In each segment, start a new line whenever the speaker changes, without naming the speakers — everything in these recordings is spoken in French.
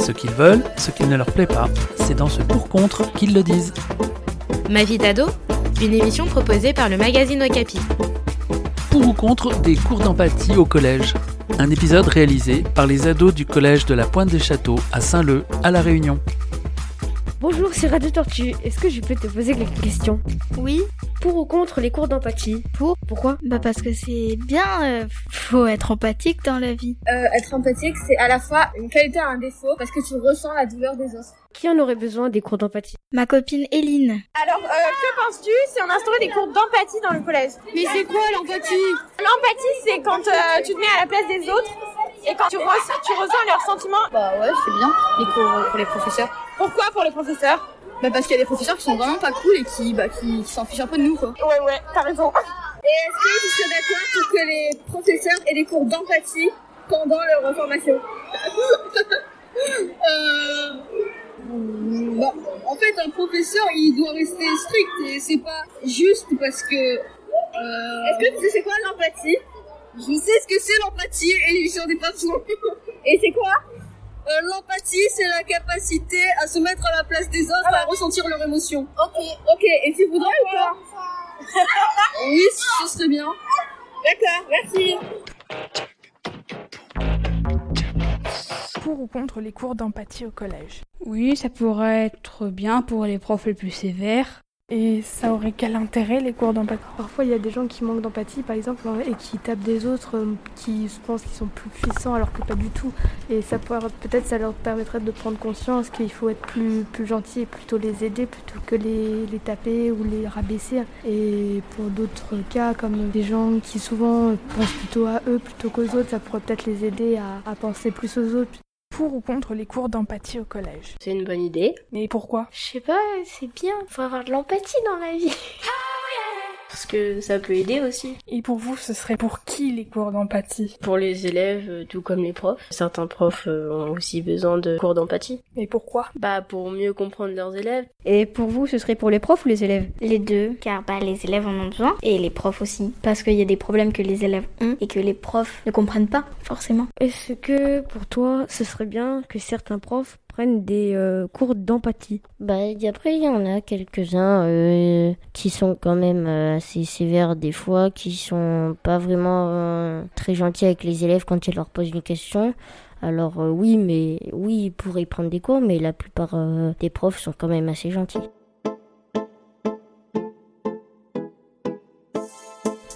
Ce qu'ils veulent, ce qui ne leur plaît pas, c'est dans ce pour-contre qu'ils le disent.
Ma vie d'ado, une émission proposée par le magazine Okapi.
Pour ou contre des cours d'empathie au collège. Un épisode réalisé par les ados du collège de la Pointe des Châteaux à Saint-Leu, à La Réunion.
Bonjour, c'est Radio Tortue. Est-ce que je peux te poser quelques questions
Oui,
Pour ou contre les cours d'empathie Pour Pourquoi
bah parce que c'est bien, euh, faut être empathique dans la vie.
Euh, être empathique, c'est à la fois une qualité et un défaut parce que tu ressens la douleur des autres.
Qui en aurait besoin des cours d'empathie
Ma copine Eline,
Alors, euh, que penses-tu si on instaurait des cours d'empathie dans le collège Mais c'est quoi l'empathie L'empathie, c'est quand euh, tu te mets à la place des autres et quand tu, res- tu ressens leurs sentiments.
Bah ouais, c'est bien, les cours euh, pour les professeurs.
Pourquoi pour les professeurs
Bah parce qu'il y a des professeurs qui sont vraiment pas cool et qui, bah, qui, qui s'en fichent un peu de nous quoi.
Ouais, ouais, t'as raison. Et est-ce que tu serais d'accord pour que les professeurs aient des cours d'empathie pendant leur formation
Euh... Bah, en fait, un professeur, il doit rester strict et c'est pas juste parce que...
Est-ce
Euh...
que tu sais c'est quoi l'empathie
Je sais ce que c'est l'empathie et j'en ai pas besoin.
Et c'est quoi
Euh, l'empathie, c'est la capacité à se mettre à la place des autres, à ressentir leur émotion.
Ok. Ok, et tu voudrais ou pas
Oui, ce serait bien.
D'accord, merci.
Pour ou contre les cours d'empathie au collège
Oui, ça pourrait être bien pour les profs les plus sévères.
Et ça aurait quel intérêt les cours d'empathie
Parfois, il y a des gens qui manquent d'empathie, par exemple, hein, et qui tapent des autres, euh, qui se pensent qu'ils sont plus puissants alors que pas du tout. Et ça pourrait- peut-être ça leur permettrait de prendre conscience qu'il faut être plus, plus gentil et plutôt les aider plutôt que les, les taper ou les rabaisser. Et pour d'autres cas, comme des gens qui souvent pensent plutôt à eux plutôt qu'aux autres, ça pourrait peut-être les aider à, à penser plus aux autres.
Pour ou contre les cours d'empathie au collège
C'est une bonne idée.
Mais pourquoi
je sais pas, c'est bien, faut avoir de l'empathie dans la vie.
Parce que ça peut aider aussi.
Et pour vous, ce serait pour qui les cours d'empathie
Pour les élèves, euh, tout comme les profs. Certains profs euh, ont aussi besoin de cours d'empathie.
Et pourquoi
Bah, pour mieux comprendre leurs élèves.
Et pour vous, ce serait pour les profs ou les élèves
Les deux, car bah les élèves en ont besoin et les profs aussi, parce qu'il y a des problèmes que les élèves ont et que les profs ne comprennent pas forcément.
Est-ce que pour toi, ce serait bien que certains profs prennent des euh, cours d'empathie
Bah, et après, il y en a quelques-uns euh, qui sont quand même euh, assez sévères des fois, qui sont pas vraiment euh, très gentils avec les élèves quand ils leur posent une question. Alors euh, oui, mais oui, ils pourraient prendre des cours, mais la plupart euh, des profs sont quand même assez gentils.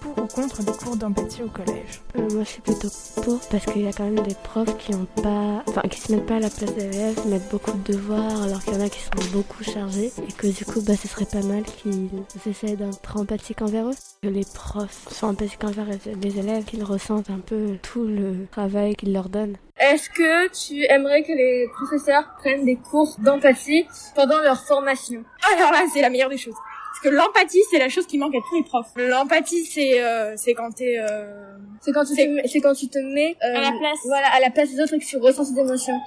Pour ou contre les cours d'empathie au collège
Euh, moi, je suis plutôt pour parce qu'il y a quand même des profs qui ont pas, enfin, qui se mettent pas à la place des élèves, qui mettent beaucoup de devoirs, alors qu'il y en a qui sont beaucoup chargés et que du coup, bah, ce serait pas mal qu'ils essayent d'être empathiques envers eux. Que les profs soient empathiques envers les- les élèves, qu'ils ressentent un peu tout le travail qu'ils leur donnent.
Est-ce que tu aimerais que les professeurs prennent des cours d'empathie pendant leur formation Alors là, c'est la meilleure des choses. Parce que l'empathie, c'est la chose qui manque à tous les profs. L'empathie, c'est euh, c'est quand t'es... Euh...
C'est quand tu
C'est
t'es
c'est quand tu te mets euh,
À la place.
Voilà, à la place des autres et que tu ressens ces émotions.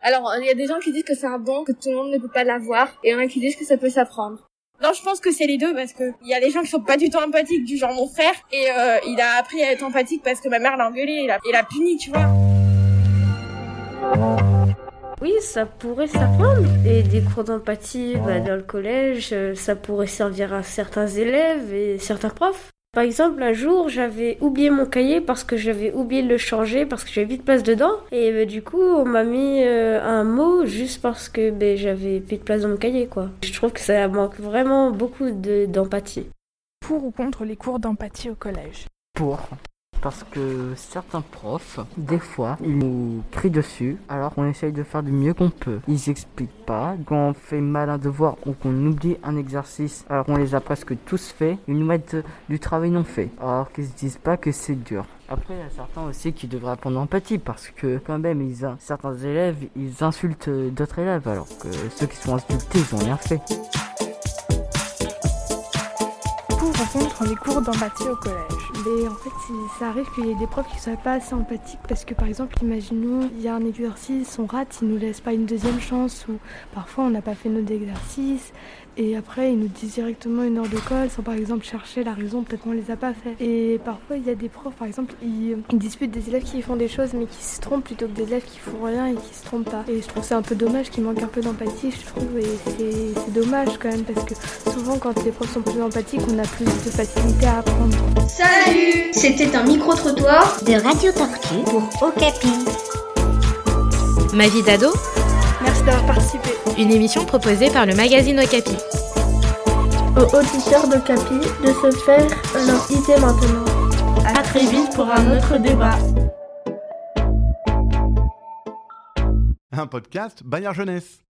Alors, il y a des gens qui disent que c'est un don, que tout le monde ne peut pas l'avoir, et il y en a qui disent que ça peut s'apprendre. Non, je pense que c'est les deux parce que il y a des gens qui sont pas du tout empathiques, du genre mon frère, et euh, il a appris à être empathique parce que ma mère l'a engueulé et l'a- et l'a puni, tu vois.
Oui, ça pourrait s'apprendre. Et des cours d'empathie bah, dans le collège, euh, ça pourrait servir à certains élèves et certains profs. Par exemple, un jour, j'avais oublié mon cahier parce que j'avais oublié de le changer parce que j'avais vite de place dedans. Et bah, du coup, on m'a mis euh, un mot juste parce que bah, j'avais plus de place dans mon cahier, quoi. Je trouve que ça manque vraiment beaucoup de- d'empathie.
Pour ou contre les cours d'empathie au collège
pour. Parce que certains profs, des fois, ils nous crient dessus, alors on essaye de faire du mieux qu'on peut. Ils expliquent pas, quand on fait mal un devoir ou qu'on oublie un exercice, alors qu'on les a presque tous fait, ils nous mettent du travail non fait, alors qu'ils se disent pas que c'est dur. Après, il y a certains aussi qui devraient apprendre l'empathie parce que quand même, ils, in- certains élèves, ils insultent euh, d'autres élèves alors que ceux qui sont insultés, ils ont rien fait.
Pour ou contre les cours d'empathie au collège
Mais en fait, c'est- ça arrive qu'il y ait des profs qui ne soient pas assez empathiques parce que, par exemple, imaginons, il y a un exercice, on rate, ils ne nous laissent pas une deuxième chance ou parfois on n'a pas fait nos exercices et après ils nous disent directement une heure de colle sans par exemple chercher la raison, peut-être qu'on ne les a pas fait. Et parfois, il y a des profs, par exemple, ils, ils disputent des élèves qui font des choses mais qui se trompent plutôt que des élèves qui font rien et qui se trompent pas. Et je trouve ça un peu dommage qu'il manque un peu d'empathie, je trouve, et c'est- c'est dommage quand même parce que souvent quand les profs sont plus empathiques, on a plus de facilité à apprendre.
Salut C'était un micro-trottoir
de Radio Tortue pour Okapi.
Ma vie d'ado,
Merci d'avoir participé.
une émission proposée par le magazine Okapi.
Aux auditeurs de Capi de se faire leur idée maintenant. À très vite pour un autre débat.
Un podcast Bayard Jeunesse.